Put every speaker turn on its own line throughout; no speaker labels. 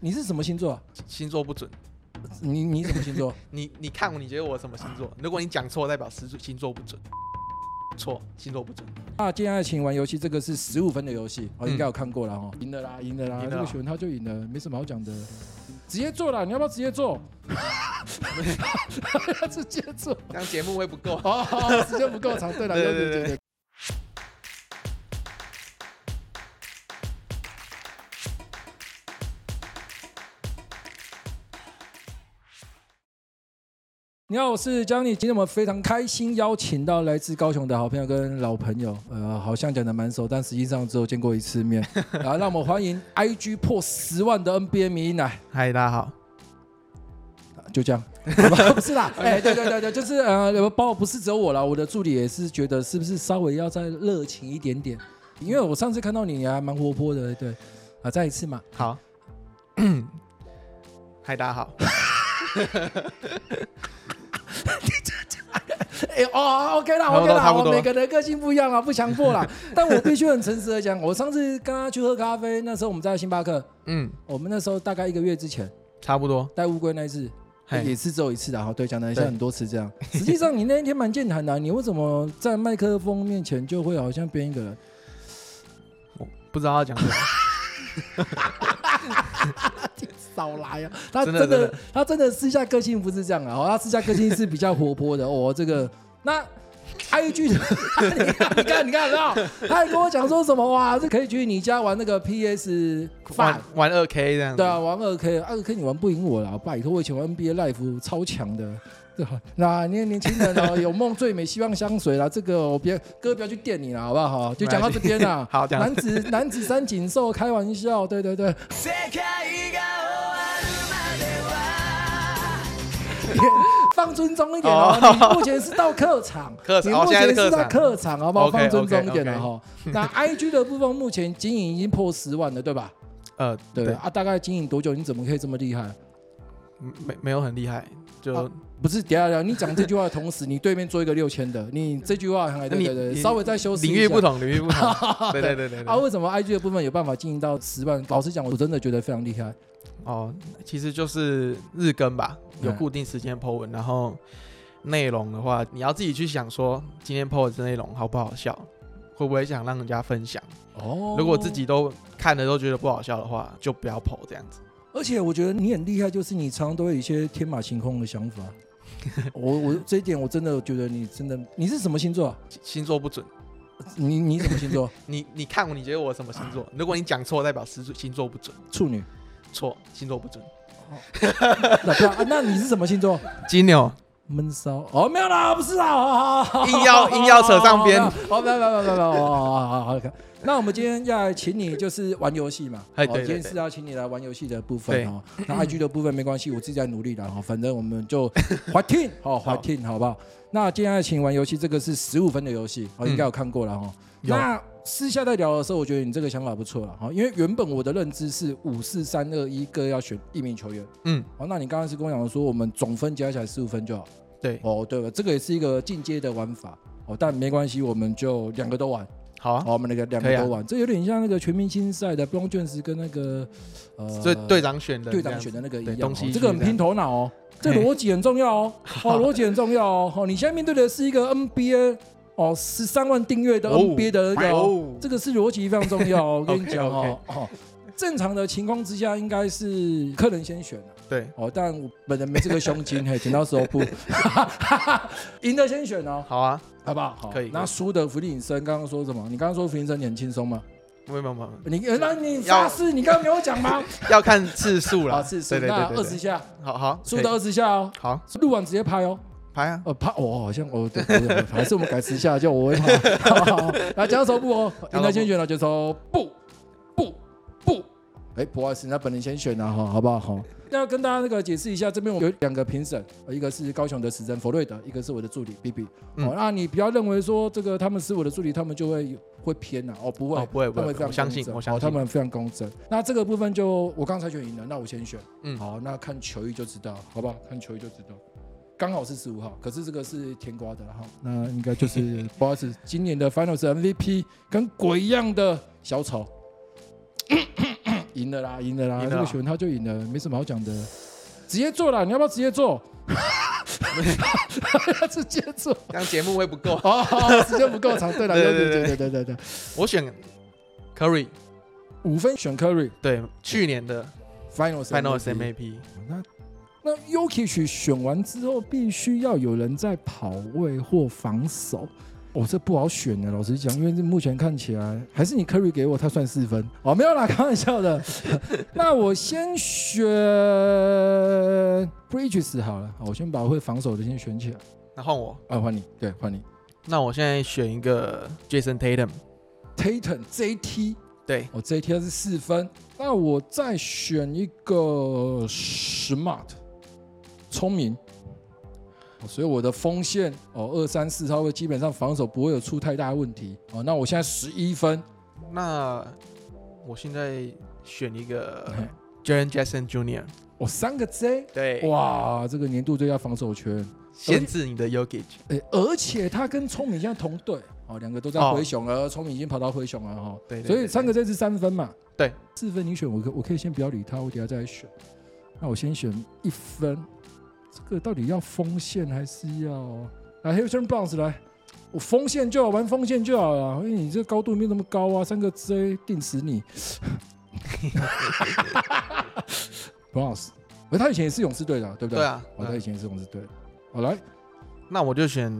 你是什么星座啊？
星座不准。
你你什么星 座？
你你看我，你觉得我什么星座？如果你讲错，代表星座星座不准。错，星座不准。
那啊今天爱情玩游戏这个是十五分的游戏，哦，
嗯
应该有看过了哈，赢了啦，赢了啦，
赢了啦
这个选他就赢了，没什么好讲的，直接做啦，你要不要直接做？直接做，。
这样节目会不够
哦，好时间不够长，对了，
对
对
对
对对对。你好，我是江你。今天我们非常开心，邀请到来自高雄的好朋友跟老朋友，呃，好像讲的蛮熟，但实际上只有见过一次面。然后让我们欢迎 IG 破十万的 NBA 迷奶。
嗨，大家好。
就这样，好吧 不是 啦，哎、对对对对，就是呃，包括不是只有我啦，我的助理也是觉得是不是稍微要再热情一点点，因为我上次看到你还蛮活泼的，对，啊，再一次嘛，
好。 嗨，大家好。
哎、哦，OK 啦
差不
，OK
多
啦，
差不
我
多
每个人个性不一样啦，不强迫啦，但我必须很诚实的讲，我上次跟他去喝咖啡，那时候我们在星巴克，
嗯，
我们那时候大概一个月之前
差不多。
带乌龟那一次。
嘿
也是只有一次的哈，对，讲的
对
像很多次这样。实际上你那一天蛮健谈的啊、你为什么在麦克风面前就会好像编一个人？
不知道要讲什么。
少来啊！他真
真
的
的真的
他真的私下个性不是这样啊，哦，他私下个性是比较活泼的。哦，这个那 I G 的，你看你看你看到，他还跟我讲说什么哇？这可以去你家玩那个 P S
玩
Five。
玩二 K 这样子。。
对啊，玩二 K，二 K 你玩不赢我啦！拜托，我以前玩 NBA Life 超强的，对吧、那那年轻人哦，有梦最美，希望相随啦。这个我别哥不要去电你啦，好不好？就讲到这边啦
好讲到
男子男子三井寿开玩笑，对对对。放尊重一点哦，你目前是到客场，
客场
你
哦
目
现
前
在是
是
客
在
场
客场，好不好？
OK，
放尊重一点
OK，OK
了 哈。那 IG 的部分目前经营已经破十万了，对吧？
呃，
对
对，
啊，大概经营多久？你怎么可以这么厉害？
没没有很厉害，就
啊不是，等一下等一下，你讲这句话的同时，你对面做一个六千的，你这句话哎还对
你
对对，
你
稍微再修饰一
领
下
域不。同，领域不同。对对对对
啊，
对。
为什么 IG 的部分有办法经营到十万？老实讲，我真的觉得非常厉害。
哦，其实就是日更吧，有
嗯
固定时间 po 文，然后内容的话，你要自己去想说今天 po 的内容好不好笑，会不会想让人家分享。
哦
如果自己都看了都觉得不好笑的话，就不要 po 这样子。
而且我觉得你很厉害，就是你常常都会有一些天马行空的想法。我我这一点我真的觉得你真的，你是什么星座、啊？
星座不准，
你你什么星座？
你你看我，你觉得我什 么星座？如果你讲错，代表星座星座不准，
处女。
错，星座不准。
那不要、啊，那你是什么星座？
金牛，
闷骚哦，没有啦，不是啦，好好好，
硬 要硬要扯上边
好，没有没有没有没有，好好好，那我们今天要来请你就是玩游戏嘛，
哎
哦
对对
今天
对
是要请你来玩游戏的部分哦，那 IG 的部分没关系，我自己在努力的哈，反正我们就怀听，好怀听，好不好？那今天要请玩游戏，这个是十五分的游戏，哦，
嗯
应该有看过了哈。
有
那私下在聊的时候，我觉得你这个想法不错了哈，因为原本我的认知是五四三二一各要选一名球员，
嗯，
哦，那你刚刚是跟我讲说我们总分加起来十五分就好。
对，
哦，对了，这个也是一个进阶的玩法哦，但没关系，我们就两个都玩，
好啊
好，，我们那个两
可
个
以啊
都玩，这有点像那个全明星赛的 b r o n James 跟那个呃
所以队长选的
队
这
长
样
选
子
的那个一
对
样、
东西
哦，
区
这个很拼头脑 哦，这
嘿
逻辑很重要哦，哦，逻辑很重要哦，哦，你现在面对的是一个 NBA 哦，十三万订阅的
哦
NBA 的那个、哦
哦
这个是逻辑非常重要哦，我跟你
OK，
讲 哦哦，正常的情况之下应该是客人先选、啊。
对，
哦，但我本人没这个胸襟，嘿，剪刀石头布， 赢的先选哦，
好啊，
好不好？好
可以
那输的福利隐身，刚刚说什么？你刚刚说福利隐身你很轻松吗？
没有没有没有，没有
你呃那你
啊要
发誓，你刚刚没有讲 吗？
要看次数啦，
啊，是是，
对对
那
对
二
对
十
对，
下，
好好，
输
可以
的二十下哦，
好
录完直接拍哦。
拍 啊，
呃，拍我好像我对，我有还是我们改十下，叫我会拍。好好好来，剪刀石头布哦，赢的先选了，就说不不不，哎，不好意思，那本人先选了哈，好不好？好，那要跟大家那个解释一下，这边我有两个评审，呃一个是高雄的史政佛瑞德，一个是我的助理 B B。
嗯
哦，那你不要认为说这个他们是我的助理，他们就会会偏了、哦，不会，
哦不会不
他
会
们非常
我相信
公正
我相
哦，
信
他们非常公正。那这个部分就我刚才选赢了，那我先选，
嗯
好，那看球衣就知道，好不好？看球衣就知道。刚好是十五号，可是这个是甜瓜的哈，那应该就是 不好意思，今年的 Finals MVP 跟鬼一样的小丑，赢了啦，赢了啦，
赢了
这
啦
个选他就赢了，没什么好讲的，直接做啦，你要不要直接做？直接做。
这样节目会不够 啊
哦，好时间不够长，对了，
对
对
对
对对
对
对对对，
我选 Curry，
五分选 Curry
对，去年的
Finals
Finals
MVP
MVP，
那那 Yuki 选完之后，必须要有人在跑位或防守。哦，这不好选的，老实讲，因为这目前看起来还是你 Curry 给我，他算四分。哦，没有啦， 开玩笑的。那我先选 Bridges 好了，好哦我先把会防守的先选起来。
那换我，
啊，换你，对，换你
那我现在选一个 Jason Tatum，
，Tatum JT，
对，
哦，JT 他是四分。那我再选一个 Smart，聪明。哦所以我的锋线哦，二三四稍微基本上防守不会有出太大问题哦。那我现在十一分，
那我现在选一 个
嘿
Jaren Jackson Jr，
我、哦三个 J，
对，
哇，这个年度最佳防守圈。
限制你的 Yogic，
哎，而且他跟聪明现在同队哦，两个都在
哦
灰熊了，而聪明已经跑到灰熊了哈、哦。
对对
所以
对
三个 J 是三分嘛？
对，
四分你选，我可我可以先不要理他，我等下再来选。那我先选一分，这个到底要锋线还是要来 Hilton Bounce 来？我锋线就好，玩锋线就好了，因为你这高度没有那么高啊，三个 J 定死你。Bounce，可是他以前也是勇士队的啊、对不对？
对啊，
哦，他以
嗯
前也是勇士队的。好，来
那我就选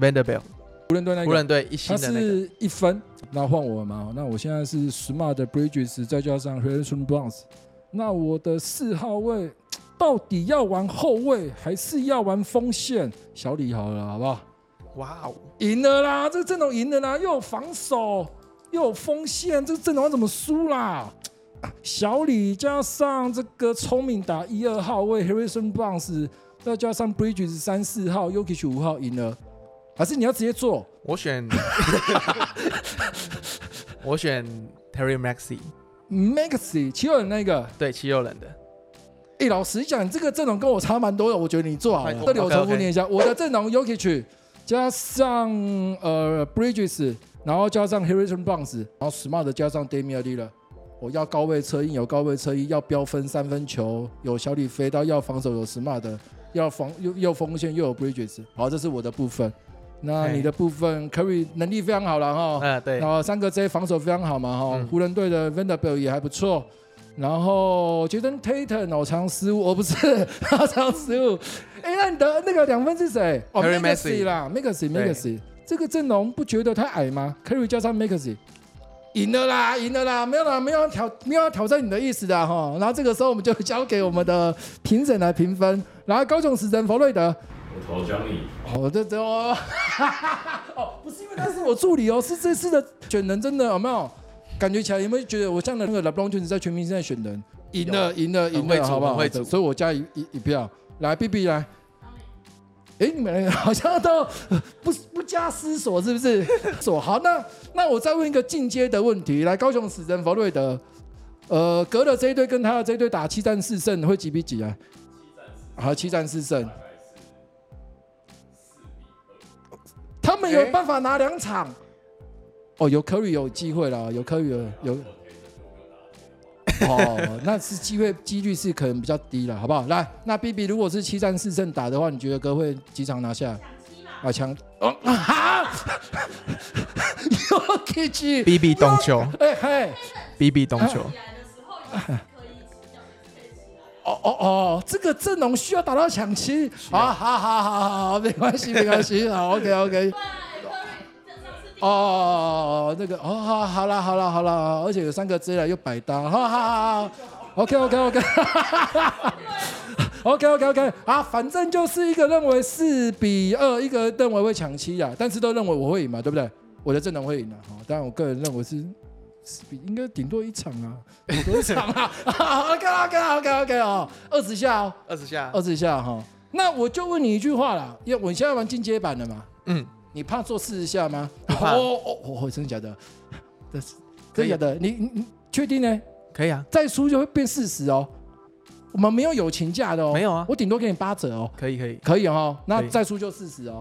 Vanderbilt，
湖人队那
湖
个。
人队一
他
星的那个，
是一分，那换我嘛？哦那我现在是 Smart Bridges，再加上 Harrison Barnes，那我的四号位到底要玩后卫还是要玩锋线？小李好了，好不好？
哇哦，
赢了啦，这个阵容赢了啦，又有防守，又有锋线，这个阵容要怎么输啦？啊小李加上这个聪明打一二号位，Harrison Barnes，再加上 Bridges 三四号 y o k i c 五号赢了，还是你要直接做？
我选，我选 Terry Maxi，
Maxi 七六人那个，
对，七六人的，
哎、老实讲，这个阵容跟我差蛮多的，我觉得你做好
哎
了。
我
这里我
OK，OK
重复念一下，我的阵容 Yokich 加上呃 Bridges，然后加上 Harrison Barnes，然后 Smart 加上 Damian l i l l a 我要高位车印有高位车印，要飙分三分球有小李飞刀，要防守有 Smart，要防又又锋线又有 Bridges。好，这是我的部分。那
哎
你的部分 Curry 能力非常好了哈。
嗯，对
然，后三个 J 防守非常好嘛，哈、
嗯
湖人队的 Vanderbilt 也还不错。然后 Jaden Tatum 脑常失误，哦不是 脑常失误。哎，那你的那个两分是谁？哦
Terry
Maxey 啦 m a x i m a
对
x i 这个阵容不觉得太矮吗？Curry 加上 m a x i 赢了啦，赢了啦，没有啦，没有要挑，没有要挑战你的意思的哈。然后这个时候我们就交给我们的评审来评分。然后高中时神弗瑞德，
我投江你，
哦，这这哦，哦，不是因为他是我助理哦， 是这次的选人真的有没有？感觉起来有没有觉得我像那个 LeBron James 在全明星在选人，啊赢了赢了
很
赢
会
了，
组
好不
很
好？
会组
所以我加一一一票，来 B B 来。哎，你们好像都呃不不加思索，是不是？索好，那那我再问一个进阶的问题，来，高雄死神弗瑞德，呃，隔了这一队跟他的这一队打七战四胜，会几比几啊？好，七战四胜。他们有办法拿两场。哦，有 Curry 有机会啦，有 Curry 有有。哦， 那是机会几率是可能比较低了，好不好？来，那 B B 如果是七战四胜打的话，你觉得哥会几场拿下？啊，强哦啊哈 有 K G
，BB 懂球
哎嗨，
，BB 懂球，
哦哦哦，这个阵容需要打到抢七啊，好好好好好，没关系没关系，好 OK OK。哦哦哦，那个哦，好，好啦，好啦，好啦，而且有三个字了，又百搭，好好好好，OK OK OK。OK OK OK 啊，反正就是一个认为四比二，一个认为会抢七啊，但是都认为我会赢嘛，对不对？我的阵容会赢啊，哈，当然我个人认为是四比，应该顶多一场啊，顶多一场啊 ，OK OK OK OK 哦，二十下哦，
二十下，
二十下哈、那我就问你一句话啦，因为我现在玩进阶版了嘛，
嗯，
你怕做四十下吗？
不怕
哦哦哦，真的假的？ 这是
可
真
以
的假的？你你你确定呢？
可以啊，
再输就会变四十哦。我们没有友情价的哦，
没有啊
我顶多给你八折哦，
可以可以，
可以哦。那
可以
再输就四十哦。